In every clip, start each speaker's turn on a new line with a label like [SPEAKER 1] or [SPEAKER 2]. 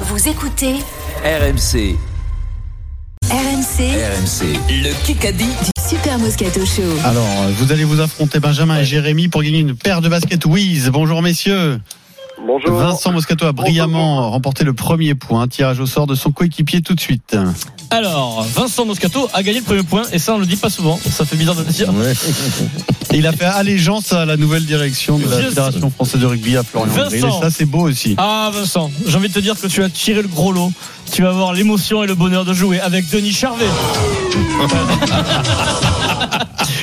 [SPEAKER 1] Vous écoutez
[SPEAKER 2] RMC,
[SPEAKER 1] RMC
[SPEAKER 2] RMC, le Kikadi.
[SPEAKER 1] Super Moscato Show.
[SPEAKER 3] Alors, euh, vous allez vous affronter Benjamin et Jérémy pour gagner une paire de baskets Wiz. Bonjour messieurs.
[SPEAKER 4] Bonjour.
[SPEAKER 3] Vincent Moscato a brillamment remporté le premier point. Tirage au sort de son coéquipier tout de suite.
[SPEAKER 5] Alors, Vincent Moscato a gagné le premier point, et ça on le dit pas souvent, ça fait bizarre de le dire.
[SPEAKER 3] Et il a fait allégeance à la nouvelle direction de la
[SPEAKER 5] Yes.
[SPEAKER 3] Fédération française de rugby à Florian.
[SPEAKER 5] Vincent.
[SPEAKER 3] Grill. Et ça, c'est beau aussi.
[SPEAKER 5] Ah Vincent, j'ai envie de te dire que tu as tiré le gros lot, tu vas avoir l'émotion et le bonheur de jouer avec Denis Charvet.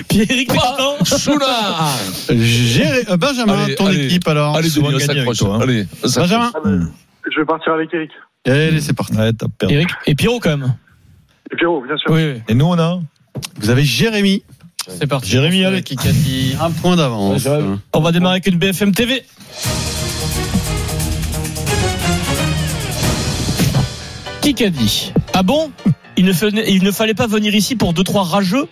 [SPEAKER 5] Puis Eric Martin.
[SPEAKER 6] Choulard
[SPEAKER 3] Jéré- euh, Benjamin,
[SPEAKER 6] Allez,
[SPEAKER 3] ton
[SPEAKER 6] allez.
[SPEAKER 3] équipe
[SPEAKER 7] Ah,
[SPEAKER 3] alors.
[SPEAKER 6] Allez,
[SPEAKER 3] Tu vas
[SPEAKER 6] Denis, on
[SPEAKER 3] gagner avec
[SPEAKER 6] s'accroche.
[SPEAKER 3] toi, hein.
[SPEAKER 6] Allez, on s'accroche.
[SPEAKER 3] Benjamin,
[SPEAKER 4] Ah ben, Je vais partir avec Eric.
[SPEAKER 3] allez, c'est parti.
[SPEAKER 5] Eric et Pierrot quand même.
[SPEAKER 4] Et Pierrot, bien sûr.
[SPEAKER 5] Oui, oui,
[SPEAKER 8] Et nous, on a
[SPEAKER 3] Vous avez Jérémy,
[SPEAKER 5] c'est parti.
[SPEAKER 8] Jérémy, allez.
[SPEAKER 5] Qui a dit-
[SPEAKER 3] un point d'avance. Euh,
[SPEAKER 5] On va démarrer avec une BFM TV. Qui qu'a dit Ah bon il ne, fallait, il ne fallait pas venir ici pour deux trois rageux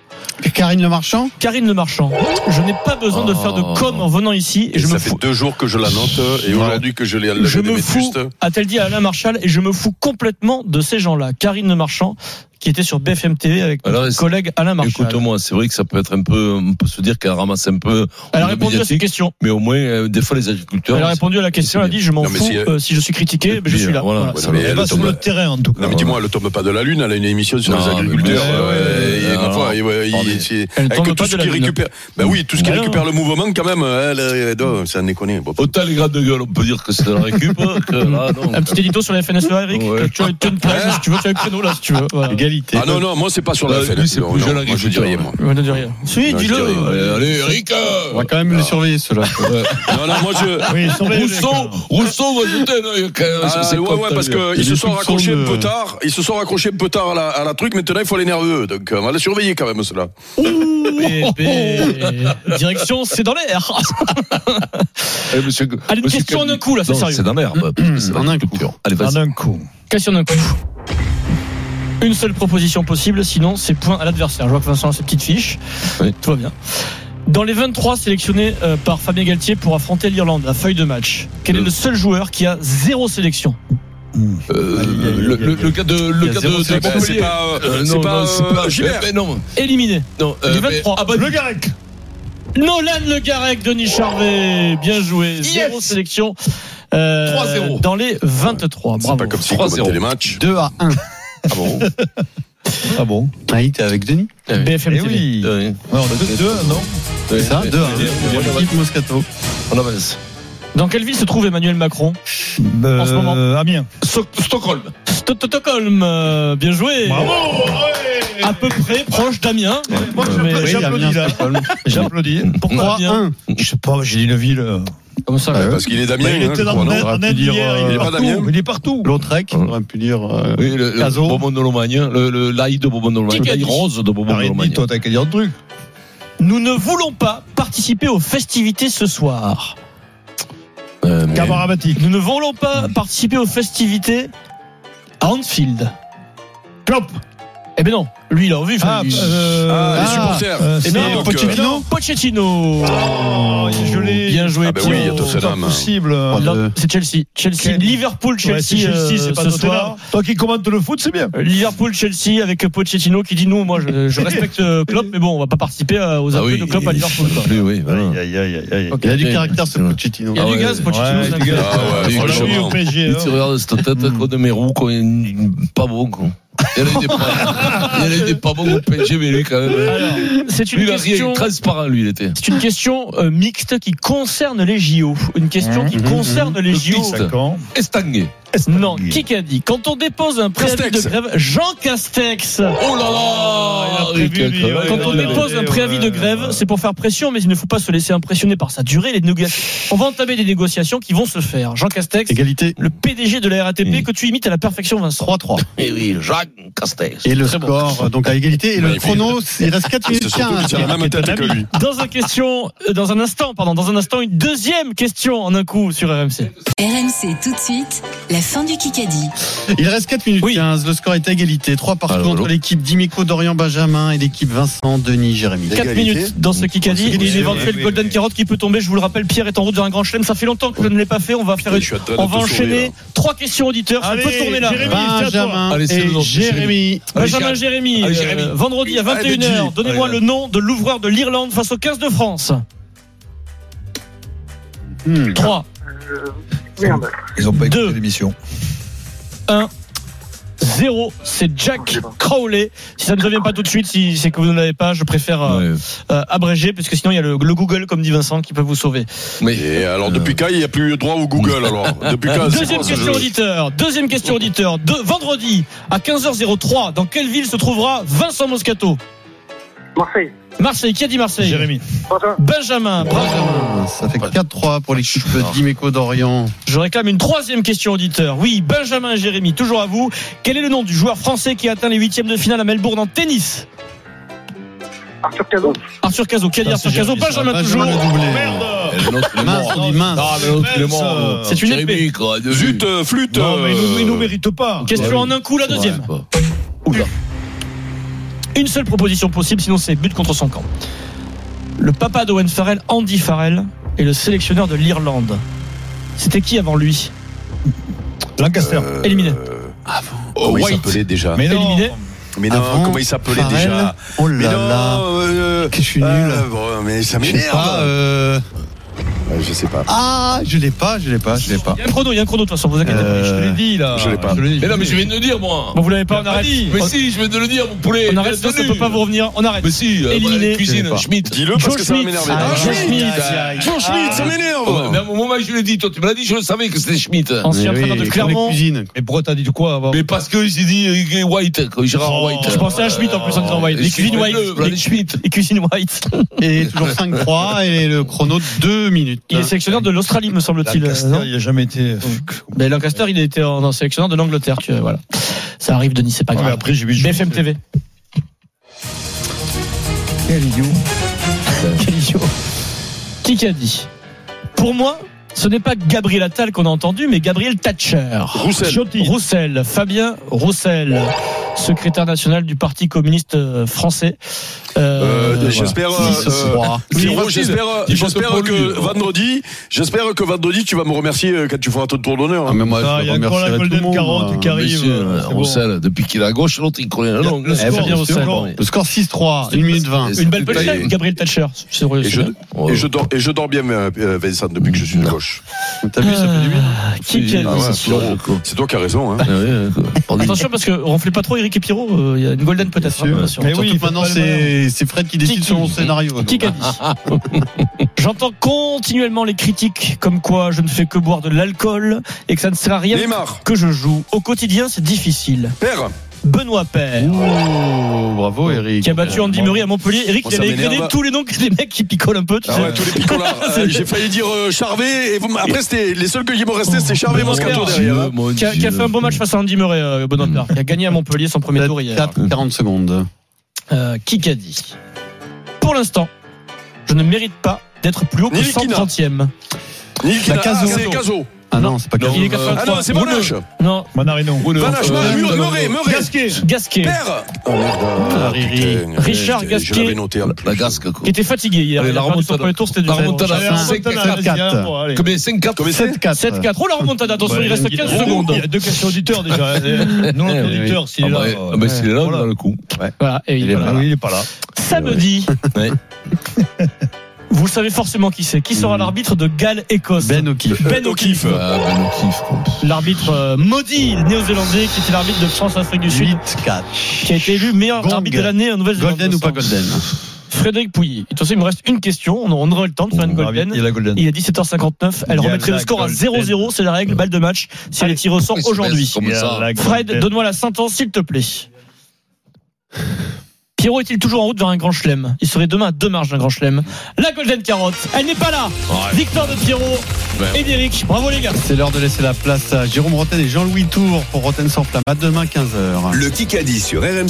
[SPEAKER 3] Karine Le Marchand,
[SPEAKER 5] Karine Le Marchand, je n'ai pas besoin de faire de com en venant ici et je
[SPEAKER 7] ça
[SPEAKER 5] me
[SPEAKER 7] fait
[SPEAKER 5] fous.
[SPEAKER 7] deux jours que je la note euh, et
[SPEAKER 3] Ouais.
[SPEAKER 7] aujourd'hui que je l'ai
[SPEAKER 5] Je
[SPEAKER 7] l'ai
[SPEAKER 5] me
[SPEAKER 7] mis
[SPEAKER 5] fous,
[SPEAKER 7] juste.
[SPEAKER 5] a-t-elle dit à Alain Marchal, et je me fous complètement de ces gens-là. Karine Le Marchand, qui était sur BFM TV avec
[SPEAKER 6] Alors,
[SPEAKER 5] notre
[SPEAKER 6] est-ce-
[SPEAKER 5] collègue Alain Marchal.
[SPEAKER 6] Écoute-moi, c'est vrai que ça peut être un peu, on peut se dire qu'elle ramasse un peu,
[SPEAKER 5] elle a
[SPEAKER 6] au niveau
[SPEAKER 5] répondu à cette
[SPEAKER 6] médiatique,
[SPEAKER 5] question.
[SPEAKER 6] mais au moins, euh, des fois, les agriculteurs.
[SPEAKER 5] Elle a répondu à la question, elle a dit je m'en
[SPEAKER 7] Non, mais
[SPEAKER 5] fous,
[SPEAKER 7] si elle-
[SPEAKER 5] euh, si je suis critiqué, ben, je
[SPEAKER 6] Puis,
[SPEAKER 5] suis là.
[SPEAKER 6] voilà,
[SPEAKER 5] Voilà.
[SPEAKER 7] Ouais,
[SPEAKER 6] ça
[SPEAKER 7] non, mais
[SPEAKER 6] va.
[SPEAKER 7] elle
[SPEAKER 8] va
[SPEAKER 7] tombe-
[SPEAKER 8] sur le terrain, en tout cas.
[SPEAKER 7] Non mais dis-moi, elle tombe pas de la lune, elle a une émission sur
[SPEAKER 6] Non,
[SPEAKER 7] les
[SPEAKER 6] mais-
[SPEAKER 7] agriculteurs.
[SPEAKER 6] Ouais,
[SPEAKER 7] euh,
[SPEAKER 6] ouais,
[SPEAKER 7] et ma
[SPEAKER 6] ouais,
[SPEAKER 7] foi,
[SPEAKER 6] ouais.
[SPEAKER 7] il- il-
[SPEAKER 6] Attendez.
[SPEAKER 7] c'est-
[SPEAKER 5] Elle
[SPEAKER 7] avec
[SPEAKER 5] tombe
[SPEAKER 7] tout
[SPEAKER 5] pas
[SPEAKER 7] ce
[SPEAKER 5] de la
[SPEAKER 7] qui
[SPEAKER 5] lune.
[SPEAKER 7] récupère, bah oui, tout ce qui
[SPEAKER 5] Ouais,
[SPEAKER 7] récupère le mouvement quand même, hein, elle, elle- non, ça en est connu. Bon.
[SPEAKER 6] Autant les gars de gueule, on peut dire que c'est de la récup, hein, que là, non.
[SPEAKER 5] Un petit édito sur la FNSEA, E Eric.
[SPEAKER 6] Ouais.
[SPEAKER 5] Tu as tu as une place, si tu veux, tu as le créneau là, si tu veux. Voilà.
[SPEAKER 3] égalité.
[SPEAKER 7] Ah non non, moi c'est pas sur la
[SPEAKER 6] Euh,
[SPEAKER 7] fête.
[SPEAKER 6] lui, c'est
[SPEAKER 7] Non,
[SPEAKER 6] plus
[SPEAKER 7] non,
[SPEAKER 6] jeune
[SPEAKER 7] moi, je dis
[SPEAKER 6] agriculteur. hein.
[SPEAKER 7] rien, moi.
[SPEAKER 5] Je viens de rien.
[SPEAKER 6] Si,
[SPEAKER 7] Non, je
[SPEAKER 6] dis-le.
[SPEAKER 7] dirais, ouais.
[SPEAKER 6] Ouais, Euh, Allez, Eric. hein.
[SPEAKER 3] On va quand même le surveiller, cela.
[SPEAKER 7] Non non, moi je.
[SPEAKER 8] Euh, Oui,
[SPEAKER 6] Rousseau, Rousseau va jeter un œil.
[SPEAKER 7] Ah,
[SPEAKER 6] Euh, C'est
[SPEAKER 7] ouais,
[SPEAKER 6] quoi,
[SPEAKER 7] ouais,
[SPEAKER 6] ta
[SPEAKER 7] parce
[SPEAKER 6] gueule
[SPEAKER 7] qu'ils se sont
[SPEAKER 3] soupçons
[SPEAKER 7] raccrochés
[SPEAKER 3] de-
[SPEAKER 7] un peu tard. Ils se sont raccrochés un peu tard à la, à la truc. Maintenant, il faut les nerveux. Donc, euh, on va les surveiller quand même, cela.
[SPEAKER 5] Bébé. Direction, c'est dans l'air.
[SPEAKER 6] Eh, monsieur-
[SPEAKER 5] Allez, une
[SPEAKER 6] monsieur
[SPEAKER 5] question en
[SPEAKER 6] Camus.
[SPEAKER 5] un coup là, c'est
[SPEAKER 6] Non,
[SPEAKER 5] sérieux.
[SPEAKER 6] C'est d'un air.
[SPEAKER 3] En un Ah,
[SPEAKER 6] Allez, vas-y.
[SPEAKER 8] En un coup.
[SPEAKER 5] Question d'un coup. Une seule proposition possible, sinon c'est point à l'adversaire. Je vois que Vincent a ses petites fiches.
[SPEAKER 6] Oui.
[SPEAKER 5] Tout va bien. Dans les 23 sélectionnés euh, par Fabien Galtier pour affronter l'Irlande, la feuille de match, quel est
[SPEAKER 6] Le-
[SPEAKER 5] le seul joueur qui a zéro sélection
[SPEAKER 6] Euh, Le le- le gars de, le
[SPEAKER 3] Il y a
[SPEAKER 6] gars de,
[SPEAKER 3] zéro
[SPEAKER 6] de
[SPEAKER 3] sélection.
[SPEAKER 7] Ben, c'est
[SPEAKER 6] Montpellier.
[SPEAKER 7] pas, euh,
[SPEAKER 6] Euh,
[SPEAKER 7] c'est
[SPEAKER 6] non,
[SPEAKER 7] pas,
[SPEAKER 6] non, c'est
[SPEAKER 7] euh,
[SPEAKER 6] pas
[SPEAKER 7] Gilbert.
[SPEAKER 6] Mais non,
[SPEAKER 5] Éliminé.
[SPEAKER 6] non.
[SPEAKER 5] Du
[SPEAKER 6] euh, mais-
[SPEAKER 5] 23.
[SPEAKER 6] Ah, bah,
[SPEAKER 8] Le Garec.
[SPEAKER 5] Nolan Le Garec, Denis Charvet, bien joué. Zéro sélection euh,
[SPEAKER 6] 3-0.
[SPEAKER 5] dans les 23.
[SPEAKER 7] C'est
[SPEAKER 5] Bravo.
[SPEAKER 7] pas comme si
[SPEAKER 6] 3-0.
[SPEAKER 7] commentait les matchs.
[SPEAKER 3] 2 à 1.
[SPEAKER 6] Ah bon
[SPEAKER 8] Ah bon
[SPEAKER 3] Ah, il était avec Denis.
[SPEAKER 7] Eh
[SPEAKER 5] BFM TV.
[SPEAKER 6] Ouais.
[SPEAKER 8] Non, deux, deux, non
[SPEAKER 3] C'est ça hein.
[SPEAKER 6] Ouais.
[SPEAKER 3] 2 à 1.
[SPEAKER 6] Ouais.
[SPEAKER 3] Pour l'équipe Moscato.
[SPEAKER 6] On avance.
[SPEAKER 5] Dans quelle ville se trouve Emmanuel Macron
[SPEAKER 8] En
[SPEAKER 5] ce moment.
[SPEAKER 8] Bah, euh, Amiens.
[SPEAKER 6] So- Stockholm.
[SPEAKER 5] Stockholm, euh, bien joué. À peu près proche d'Amiens.
[SPEAKER 8] Moi,
[SPEAKER 5] je- Mais- euh,
[SPEAKER 3] Oui, Amiens,
[SPEAKER 8] j'applaudis là.
[SPEAKER 3] Stockholm.
[SPEAKER 8] J'applaudis.
[SPEAKER 5] Pourquoi
[SPEAKER 3] 3 à
[SPEAKER 5] Amiens
[SPEAKER 3] 1.
[SPEAKER 8] Je sais pas, j'ai dit une ville. euh,
[SPEAKER 5] Comment ça
[SPEAKER 7] Ouais, Parce qu'il est Damien.
[SPEAKER 8] bah, il
[SPEAKER 7] hein,
[SPEAKER 8] était
[SPEAKER 7] je crois,
[SPEAKER 8] en
[SPEAKER 7] non
[SPEAKER 8] Inde-
[SPEAKER 3] On aurait
[SPEAKER 8] en
[SPEAKER 3] pu
[SPEAKER 8] Inde
[SPEAKER 3] dire,
[SPEAKER 8] hier,
[SPEAKER 3] euh,
[SPEAKER 8] il
[SPEAKER 7] il
[SPEAKER 8] est
[SPEAKER 7] est pas
[SPEAKER 8] partout.
[SPEAKER 7] d'Amiens Hum.
[SPEAKER 8] Il est partout.
[SPEAKER 3] Lautrec, on aurait pu dire. euh,
[SPEAKER 6] Oui, le, le
[SPEAKER 3] Cazaux.
[SPEAKER 6] Bourbon de Lomagne, le, le l'ail de Bourbon de Lomagne,
[SPEAKER 5] Qui a
[SPEAKER 6] l'ail
[SPEAKER 5] dit
[SPEAKER 6] rose de Bourbon de
[SPEAKER 8] Arrête,
[SPEAKER 6] Lomagne.
[SPEAKER 8] dis, toi, t'as qu'à dire un truc.
[SPEAKER 5] Nous ne voulons pas participer aux festivités ce soir.
[SPEAKER 6] Euh, mais-
[SPEAKER 8] Camarabati.
[SPEAKER 5] Nous ne voulons pas participer aux festivités à Anfield. Klopp. Eh ben non, lui il a envie.
[SPEAKER 8] Ah,
[SPEAKER 5] enfin, lui-
[SPEAKER 8] euh,
[SPEAKER 7] Ah, les
[SPEAKER 8] ah,
[SPEAKER 7] supporters.
[SPEAKER 8] euh,
[SPEAKER 5] Eh
[SPEAKER 8] c'est-
[SPEAKER 5] non,
[SPEAKER 7] donc,
[SPEAKER 5] Pochettino. Pochettino.
[SPEAKER 8] Oh, je l'ai.
[SPEAKER 5] Bien joué.
[SPEAKER 7] Ah ben oui, il y a
[SPEAKER 5] Pierrot.
[SPEAKER 7] Tottenham.
[SPEAKER 8] pas possible. euh,
[SPEAKER 3] Voilà.
[SPEAKER 5] Là, C'est Chelsea. Chelsea,
[SPEAKER 8] Quel-
[SPEAKER 5] Liverpool, Chelsea,
[SPEAKER 8] Ouais, c'est Chelsea,
[SPEAKER 5] euh,
[SPEAKER 8] c'est pas
[SPEAKER 5] ce
[SPEAKER 8] Tottenham.
[SPEAKER 5] soir.
[SPEAKER 8] Toi qui commente le foot, c'est bien.
[SPEAKER 5] Euh, Liverpool, Chelsea avec Pochettino qui dit non, moi je, je respecte euh, Klopp, mais bon, on va pas participer euh, aux
[SPEAKER 6] Ah
[SPEAKER 5] appels
[SPEAKER 6] oui,
[SPEAKER 5] de Klopp à
[SPEAKER 6] il-
[SPEAKER 5] Liverpool.
[SPEAKER 8] Ah
[SPEAKER 5] quoi.
[SPEAKER 6] Oui, oui,
[SPEAKER 8] Aïe,
[SPEAKER 6] voilà.
[SPEAKER 8] aïe, aïe, aïe, aïe.
[SPEAKER 3] Il a du caractère ce Pochettino.
[SPEAKER 5] Il y a
[SPEAKER 6] Ah
[SPEAKER 5] du
[SPEAKER 6] ouais.
[SPEAKER 5] gaz, Pochettino.
[SPEAKER 8] Ouais,
[SPEAKER 5] ça
[SPEAKER 8] du
[SPEAKER 5] me-
[SPEAKER 8] gaz.
[SPEAKER 7] Ah ouais,
[SPEAKER 6] Et
[SPEAKER 8] On l'a vu
[SPEAKER 7] franchement.
[SPEAKER 8] au PSG.
[SPEAKER 6] Et
[SPEAKER 8] hein.
[SPEAKER 6] tu regardes cette tête quoi, de Mérou, quoi, il- il- pas bon. Quoi. Il y en a eu des pas, il y en a eu des pas bons au PSG, mais lui, quand même. hein.
[SPEAKER 5] Alors, c'est Ah,
[SPEAKER 6] Lui,
[SPEAKER 5] une
[SPEAKER 6] il a rien, il
[SPEAKER 5] question.
[SPEAKER 6] est transparent, lui, il était.
[SPEAKER 5] C'est une question euh, mixte qui concerne les JO. Une question
[SPEAKER 8] Mhm,
[SPEAKER 5] qui concerne les JO.
[SPEAKER 6] mixte.
[SPEAKER 8] D'accord.
[SPEAKER 6] Estangué.
[SPEAKER 5] Non, qui a dit Quand on dépose un préavis de
[SPEAKER 7] Castex.
[SPEAKER 5] grève, Jean Castex.
[SPEAKER 6] Oh là
[SPEAKER 5] Ah,
[SPEAKER 6] là
[SPEAKER 8] il a prévu,
[SPEAKER 6] Eric,
[SPEAKER 8] lui,
[SPEAKER 6] quand même.
[SPEAKER 8] ouais,
[SPEAKER 5] Quand on
[SPEAKER 8] ouais,
[SPEAKER 5] dépose
[SPEAKER 8] ouais,
[SPEAKER 5] un préavis de
[SPEAKER 8] ouais,
[SPEAKER 5] grève,
[SPEAKER 8] ouais.
[SPEAKER 5] c'est pour faire pression, mais il ne faut pas se laisser impressionner par sa durée. Les négo- on va entamer des négociations qui vont se faire. Jean Castex,
[SPEAKER 3] Égalité
[SPEAKER 5] le PDG de la RATP
[SPEAKER 6] Oui.
[SPEAKER 5] que tu imites à la perfection, Vincent.
[SPEAKER 3] 3-3.
[SPEAKER 6] Eh oui, Jacques Castex.
[SPEAKER 3] Et le
[SPEAKER 5] Très bon.
[SPEAKER 3] score, donc à égalité. Et le
[SPEAKER 7] Magnifique. Ah,
[SPEAKER 3] chrono, il reste 4
[SPEAKER 7] C'est
[SPEAKER 3] minutes
[SPEAKER 7] surtout qu'il
[SPEAKER 3] 15.
[SPEAKER 7] tient la même tête que lui.
[SPEAKER 5] Dans un question, euh, dans un instant, pardon, dans un instant, une deuxième question en un coup sur RMC.
[SPEAKER 1] RMC tout de suite, la fin du Kikadi.
[SPEAKER 3] Il reste 4 minutes
[SPEAKER 5] Oui.
[SPEAKER 3] 15. Le score est à égalité. 3 partout
[SPEAKER 6] Alors,
[SPEAKER 3] entre
[SPEAKER 6] l'autre.
[SPEAKER 3] l'équipe d'Imeco, Dorian Benjamin et l'équipe Vincent, Denis, Jérémy.
[SPEAKER 5] 4
[SPEAKER 9] Égalité.
[SPEAKER 5] minutes dans ce Kikadi
[SPEAKER 3] Oui,
[SPEAKER 5] et
[SPEAKER 3] oui,
[SPEAKER 5] une éventuelle
[SPEAKER 8] oui, oui.
[SPEAKER 5] Golden Carotte qui peut tomber. Je vous le rappelle, Pierre est en route vers un grand chelem. Ça fait longtemps que je ne l'ai pas fait. On va faire,
[SPEAKER 7] je suis en train de
[SPEAKER 5] on va
[SPEAKER 7] te sourire,
[SPEAKER 5] enchaîner
[SPEAKER 7] là.
[SPEAKER 5] trois questions auditeurs. Ça
[SPEAKER 8] Allez,
[SPEAKER 5] peut tourner là. Euh,
[SPEAKER 8] Jérémy, c'est à toi.
[SPEAKER 3] Benjamin
[SPEAKER 6] Allez, c'est le nom,
[SPEAKER 3] et
[SPEAKER 6] c'est Jérémy.
[SPEAKER 3] Jérémy.
[SPEAKER 6] Allez,
[SPEAKER 5] Benjamin
[SPEAKER 6] Jacques.
[SPEAKER 5] Jérémy,
[SPEAKER 6] Allez,
[SPEAKER 5] euh,
[SPEAKER 6] Jérémy.
[SPEAKER 5] vendredi à
[SPEAKER 6] Allez, dis.
[SPEAKER 5] 21h, donnez-moi
[SPEAKER 6] Allez,
[SPEAKER 5] le nom de l'ouvreur de l'Irlande face au 15 de France.
[SPEAKER 3] Hmm.
[SPEAKER 5] 3,
[SPEAKER 4] Euh, merde.
[SPEAKER 9] Ils ont pas
[SPEAKER 5] Deux.
[SPEAKER 9] écouté l'émission.
[SPEAKER 5] 0, c'est Jack Crowley. Si ça ne revient pas tout de suite, si c'est que vous ne l'avez pas, je préfère euh,
[SPEAKER 6] Ouais.
[SPEAKER 5] euh, abréger, parce que sinon il y a le, le Google, comme dit Vincent, qui peut vous sauver.
[SPEAKER 6] Mais
[SPEAKER 7] hein. Et alors, depuis quand il n'y a plus droit au Google, alors Depuis quand Ah, c'est
[SPEAKER 5] Deuxième
[SPEAKER 7] quoi, ce
[SPEAKER 5] question
[SPEAKER 7] jeu
[SPEAKER 5] auditeur. Deuxième question auditeur. De, vendredi à 15h03, dans quelle ville se trouvera Vincent Moscato
[SPEAKER 4] Marseille.
[SPEAKER 5] Marseille. Qui a dit Marseille
[SPEAKER 8] Jérémy.
[SPEAKER 4] Martin.
[SPEAKER 5] Benjamin. bravo.
[SPEAKER 3] Ça fait 4-3 pour l'équipe d'Imeco, Dorian.
[SPEAKER 5] Je réclame une troisième question auditeur. Oui, Benjamin et Jérémy, toujours à vous. Quel est le nom du joueur français qui a atteint les huitièmes de finale à Melbourne en tennis
[SPEAKER 4] Arthur Cazot.
[SPEAKER 5] Arthur Cazot. Qui a
[SPEAKER 3] Ah,
[SPEAKER 5] dit
[SPEAKER 8] Ça,
[SPEAKER 5] Arthur
[SPEAKER 8] c'est
[SPEAKER 5] Cazot
[SPEAKER 8] Jérémy, ça.
[SPEAKER 5] Benjamin toujours.
[SPEAKER 3] Benjamin le doublé.
[SPEAKER 5] Ah.
[SPEAKER 8] Merde
[SPEAKER 6] Et euh, l'autre, il est
[SPEAKER 3] Mince, on
[SPEAKER 6] mort.
[SPEAKER 3] dit mince.
[SPEAKER 6] Ah, mais l'autre, il est mort.
[SPEAKER 3] euh.
[SPEAKER 8] Mince.
[SPEAKER 5] C'est une
[SPEAKER 6] Jérémy,
[SPEAKER 5] épée.
[SPEAKER 6] quoi, de
[SPEAKER 7] Zut,
[SPEAKER 6] vue.
[SPEAKER 7] euh, flûte
[SPEAKER 8] Non, mais il nous- il nous
[SPEAKER 7] euh,
[SPEAKER 8] mérite pas.
[SPEAKER 5] Question en un coup, la deuxième.
[SPEAKER 6] Ouais, quoi.
[SPEAKER 5] Une seule proposition possible, sinon c'est but contre son camp. Le papa d'Owen Farrell, Andy Farrell, est le sélectionneur de l'Irlande. C'était qui avant lui
[SPEAKER 8] Lancaster.
[SPEAKER 7] euh,
[SPEAKER 5] Éliminé.
[SPEAKER 7] Oh, comment il
[SPEAKER 5] White.
[SPEAKER 7] s'appelait déjà
[SPEAKER 8] Mais non.
[SPEAKER 5] Éliminé.
[SPEAKER 7] Mais non,
[SPEAKER 3] Avant,
[SPEAKER 7] comment il s'appelait
[SPEAKER 3] Farrell.
[SPEAKER 7] déjà
[SPEAKER 3] Oh
[SPEAKER 7] Mais
[SPEAKER 3] là
[SPEAKER 7] non,
[SPEAKER 3] là.
[SPEAKER 7] euh,
[SPEAKER 3] Que je suis nul.
[SPEAKER 7] euh, bon, mais ça
[SPEAKER 3] Ah, Je sais
[SPEAKER 7] m'énerve.
[SPEAKER 3] pas, euh,
[SPEAKER 7] Ouais, Je sais pas.
[SPEAKER 3] Ah, je l'ai pas, je l'ai pas, je l'ai pas.
[SPEAKER 5] Il y a un chrono, il y a un chrono de toute façon, vous inquiétez pas.
[SPEAKER 3] Bah. Euh,
[SPEAKER 5] Je te l'ai dit.
[SPEAKER 8] Dis, là.
[SPEAKER 7] je l'ai pas.
[SPEAKER 8] te dis.
[SPEAKER 6] Mais non, mais je viens de le dire, moi.
[SPEAKER 5] Bon, vous l'avez pas, on
[SPEAKER 6] Ah,
[SPEAKER 5] arrête.
[SPEAKER 6] dis. Mais si, je viens de le dire, mon poulet.
[SPEAKER 5] On
[SPEAKER 6] Bien
[SPEAKER 5] arrête, sinon ça
[SPEAKER 6] tenu.
[SPEAKER 5] peut pas vous revenir. On arrête.
[SPEAKER 6] Mais si, euh,
[SPEAKER 5] Éliminé.
[SPEAKER 6] voilà, la
[SPEAKER 3] Je sais
[SPEAKER 6] cuisine,
[SPEAKER 3] pas.
[SPEAKER 6] Schmidt.
[SPEAKER 7] Dis-le
[SPEAKER 5] Joe
[SPEAKER 7] parce que ça va
[SPEAKER 5] Schmidt.
[SPEAKER 7] m'énerver.
[SPEAKER 5] Ah,
[SPEAKER 7] Ah,
[SPEAKER 5] Joe
[SPEAKER 7] Schmidt.
[SPEAKER 5] Schmidt.
[SPEAKER 7] Joe Schmidt, ça
[SPEAKER 6] Ouais, Mais
[SPEAKER 7] m'énerve.
[SPEAKER 6] à un moment, je l'ai dit, toi, tu me l'as dit, je le savais que c'était Schmidt.
[SPEAKER 7] Bah,
[SPEAKER 5] Ancien entraîneur de Clermont.
[SPEAKER 3] cuisine.
[SPEAKER 8] Mais pourquoi t'as dit de quoi avant
[SPEAKER 6] Mais parce que j'ai dit euh, White, quoi, Gérard
[SPEAKER 8] Oh,
[SPEAKER 6] White.
[SPEAKER 5] Je pensais à Schmidt en plus en
[SPEAKER 7] euh,
[SPEAKER 5] disant White.
[SPEAKER 6] Et
[SPEAKER 5] Les
[SPEAKER 6] Schmidt,
[SPEAKER 5] cuisines White.
[SPEAKER 6] le- voilà, les Schmidt.
[SPEAKER 5] Les cuisines White.
[SPEAKER 3] Et toujours 5-3 et le chrono de 2 minutes.
[SPEAKER 5] Il est sélectionneur de l'Australie, me semble-t-il.
[SPEAKER 8] Lancaster,
[SPEAKER 5] non
[SPEAKER 8] il a jamais été.
[SPEAKER 5] Mais Lancaster, il était en en sélectionneur de l'Angleterre. tu vois, Voilà. Ça arrive, Denis, c'est pas
[SPEAKER 8] Ouais, mais
[SPEAKER 5] grave.
[SPEAKER 8] après, j'ai vu. j'ai-
[SPEAKER 5] BFM TV.
[SPEAKER 9] Quel idiot.
[SPEAKER 5] Quel idiot. Qui qui a dit Pour moi, ce n'est pas Gabriel Attal qu'on a entendu, mais Gabriel Thatcher.
[SPEAKER 7] Roussel.
[SPEAKER 8] Ciotti.
[SPEAKER 5] Roussel, Fabien Roussel, secrétaire national du Parti communiste euh, français.
[SPEAKER 7] Euh,
[SPEAKER 5] voilà.
[SPEAKER 7] j'espère, euh,
[SPEAKER 5] Six,
[SPEAKER 7] euh,
[SPEAKER 5] trois.
[SPEAKER 7] Pierrot,
[SPEAKER 6] Zéro,
[SPEAKER 7] j'espère, euh,
[SPEAKER 6] Il vote
[SPEAKER 7] j'espère
[SPEAKER 6] pour lui,
[SPEAKER 7] que
[SPEAKER 6] hein.
[SPEAKER 7] vendredi, j'espère que vendredi tu vas me remercier euh, quand tu feras ton tour d'honneur. hein.
[SPEAKER 3] mais moi,
[SPEAKER 8] Ah, il y a encore la Golden Carotte qui arrive.
[SPEAKER 6] Monsieur,
[SPEAKER 8] euh, c'est bon.
[SPEAKER 6] Roussel, depuis qu'il est à gauche, l'autre, il connaît la
[SPEAKER 8] Le-
[SPEAKER 6] langue.
[SPEAKER 8] le score,
[SPEAKER 5] Fabien Eh, Roussel.
[SPEAKER 3] Le score
[SPEAKER 5] Ah,
[SPEAKER 3] 6-3, 1 minute 20.
[SPEAKER 5] Une belle punchline,
[SPEAKER 7] Et-
[SPEAKER 5] Gabriel Thatcher. C'est vrai,
[SPEAKER 7] Et je,
[SPEAKER 5] Ah, c'est bien.
[SPEAKER 6] Oh.
[SPEAKER 7] et je dors, et je dors bien, euh, euh, Vincent, depuis que je suis de gauche.
[SPEAKER 3] T'as vu, ça fait du bien.
[SPEAKER 5] Ah, qui qui a dit
[SPEAKER 7] Ah ouais,
[SPEAKER 6] Ça soulage, quoi.
[SPEAKER 7] C'est toi qui as raison. Hein.
[SPEAKER 6] Ah ouais, quoi. On est-
[SPEAKER 5] Attention parce que ronflez pas trop Eric et Pierrot, euh, il y a une golden peut-être. hein, attention.
[SPEAKER 8] Mais
[SPEAKER 3] Surtout
[SPEAKER 8] oui,
[SPEAKER 3] que maintenant,
[SPEAKER 8] faut pas le
[SPEAKER 3] c'est c'est Fred qui décide
[SPEAKER 5] Qui-
[SPEAKER 3] selon le scénario.
[SPEAKER 5] Qui qu'a dit J'entends continuellement les critiques comme quoi je ne fais que boire de l'alcool et que ça ne sert à rien
[SPEAKER 7] Neymar,
[SPEAKER 5] que je joue. Au quotidien, c'est difficile.
[SPEAKER 7] père.
[SPEAKER 5] Benoît Père,
[SPEAKER 3] Oh, bravo, Eric.
[SPEAKER 5] qui a battu Andy Murray à Montpellier. Eric,
[SPEAKER 7] Moi,
[SPEAKER 5] il
[SPEAKER 7] ça
[SPEAKER 5] avait égrené
[SPEAKER 7] m'énerve.
[SPEAKER 5] tous les noms que- des mecs qui picolent un peu, tu
[SPEAKER 7] Ah
[SPEAKER 5] sais.
[SPEAKER 7] ouais, tous les picolards. Euh, j'ai failli dire euh, Charvet. Et vous m- après, c'était les seuls que qui m'ont resté, c'était Charvet et
[SPEAKER 5] Mon
[SPEAKER 7] Moscato
[SPEAKER 5] Dieu,
[SPEAKER 7] derrière. hein.
[SPEAKER 6] Mon
[SPEAKER 5] Qui a, qui a
[SPEAKER 6] Dieu.
[SPEAKER 5] fait un bon match face à Andy Murray, euh, Benoît Père,
[SPEAKER 8] Mm.
[SPEAKER 5] qui a gagné à Montpellier son premier tour hier.
[SPEAKER 3] 4, 40 secondes.
[SPEAKER 5] Euh, qui qu'a dit Pour l'instant, je ne mérite pas d'être plus haut que
[SPEAKER 7] Nilikina.
[SPEAKER 5] 130e.
[SPEAKER 7] Nick, il a-
[SPEAKER 3] Bah, Cazot.
[SPEAKER 7] ah, c'est Cazot.
[SPEAKER 3] Ah
[SPEAKER 5] Non.
[SPEAKER 3] non, c'est pas
[SPEAKER 6] Non,
[SPEAKER 5] Il est
[SPEAKER 3] grave.
[SPEAKER 6] euh,
[SPEAKER 7] Ah non, c'est
[SPEAKER 5] 83.
[SPEAKER 7] Manache.
[SPEAKER 5] Non,
[SPEAKER 8] Manarino.
[SPEAKER 7] Manache,
[SPEAKER 6] euh,
[SPEAKER 7] Murray,
[SPEAKER 6] euh,
[SPEAKER 7] Murray, Murray.
[SPEAKER 8] Gasquet.
[SPEAKER 5] Gasquet,
[SPEAKER 7] Père. Oh merde.
[SPEAKER 3] Ah,
[SPEAKER 7] ah,
[SPEAKER 3] Riri.
[SPEAKER 7] putain,
[SPEAKER 5] Richard
[SPEAKER 7] je-
[SPEAKER 5] Gasquet.
[SPEAKER 7] Je l'avais noté en
[SPEAKER 6] La-
[SPEAKER 7] plus.
[SPEAKER 6] La gasque, quoi.
[SPEAKER 5] qui était fatigué hier.
[SPEAKER 6] Allez,
[SPEAKER 5] il a
[SPEAKER 6] la
[SPEAKER 5] perdu son
[SPEAKER 6] remontada.
[SPEAKER 5] premier tour, c'était du
[SPEAKER 6] La
[SPEAKER 5] zéro.
[SPEAKER 6] remontada.
[SPEAKER 8] Allez,
[SPEAKER 6] Cinq,
[SPEAKER 8] Montana,
[SPEAKER 6] quatre,
[SPEAKER 8] vas-y,
[SPEAKER 3] quatre.
[SPEAKER 8] hein, bon, allez.
[SPEAKER 6] Combien 5-4
[SPEAKER 7] Comment c'est
[SPEAKER 3] 7-4.
[SPEAKER 5] 7-4. Oh la remontada, attention,
[SPEAKER 8] Ouais,
[SPEAKER 5] il reste 15
[SPEAKER 8] Il y
[SPEAKER 5] secondes.
[SPEAKER 8] a deux questions auditeurs déjà. Non,
[SPEAKER 6] Eh oui.
[SPEAKER 8] l'auditeur, s'il
[SPEAKER 6] Ah
[SPEAKER 8] est
[SPEAKER 6] bah,
[SPEAKER 8] là.
[SPEAKER 6] ouais. Ah bah, s'il est là,
[SPEAKER 8] Voilà.
[SPEAKER 6] on a le coup.
[SPEAKER 5] Voilà, et il
[SPEAKER 8] Il
[SPEAKER 5] est
[SPEAKER 8] est
[SPEAKER 5] pas là.
[SPEAKER 8] pas là. Il est pas là.
[SPEAKER 5] Samedi,
[SPEAKER 6] Ouais.
[SPEAKER 5] vous savez forcément qui c'est. Qui sera l'arbitre de Galles-Écosse
[SPEAKER 3] Ben O'Keefe.
[SPEAKER 5] Ben O'Keefe.
[SPEAKER 6] Ah, ben, on kiffe, quoi.
[SPEAKER 5] L'arbitre euh, maudit néo-zélandais qui était l'arbitre de France-Afrique du Sud,
[SPEAKER 3] 8-4.
[SPEAKER 5] qui a été élu meilleur
[SPEAKER 3] Gong.
[SPEAKER 5] arbitre de l'année en Nouvelle-Zélande.
[SPEAKER 3] Golden ou pas golden
[SPEAKER 5] Frédéric Pouilly. De toute façon, il me reste une question. On on aura le temps de faire une golden.
[SPEAKER 8] Il y a la Golden.
[SPEAKER 5] Il est 17h59. Elle
[SPEAKER 8] Il y a
[SPEAKER 5] remettrait le
[SPEAKER 8] la
[SPEAKER 5] score à
[SPEAKER 8] golden.
[SPEAKER 5] 0-0. C'est la règle, balle de match. Si les tirs au sort
[SPEAKER 6] Ils se baissent
[SPEAKER 5] aujourd'hui.
[SPEAKER 6] Comme
[SPEAKER 8] Il y a
[SPEAKER 6] ça.
[SPEAKER 8] la
[SPEAKER 5] Fred,
[SPEAKER 8] Golden.
[SPEAKER 5] donne-moi la sentence, s'il te plaît. Pierrot est-il toujours en route vers un grand chelem Il serait demain à deux marches d'un grand chelem. La Golden Carotte, elle n'est pas là. Victoire de Pierrot et d'Eric. Bravo les gars.
[SPEAKER 3] C'est l'heure de laisser la place à Jérôme Roten et Jean-Louis Tour pour Roten sans flamme à demain 15h.
[SPEAKER 9] Le Kikadi sur RMC.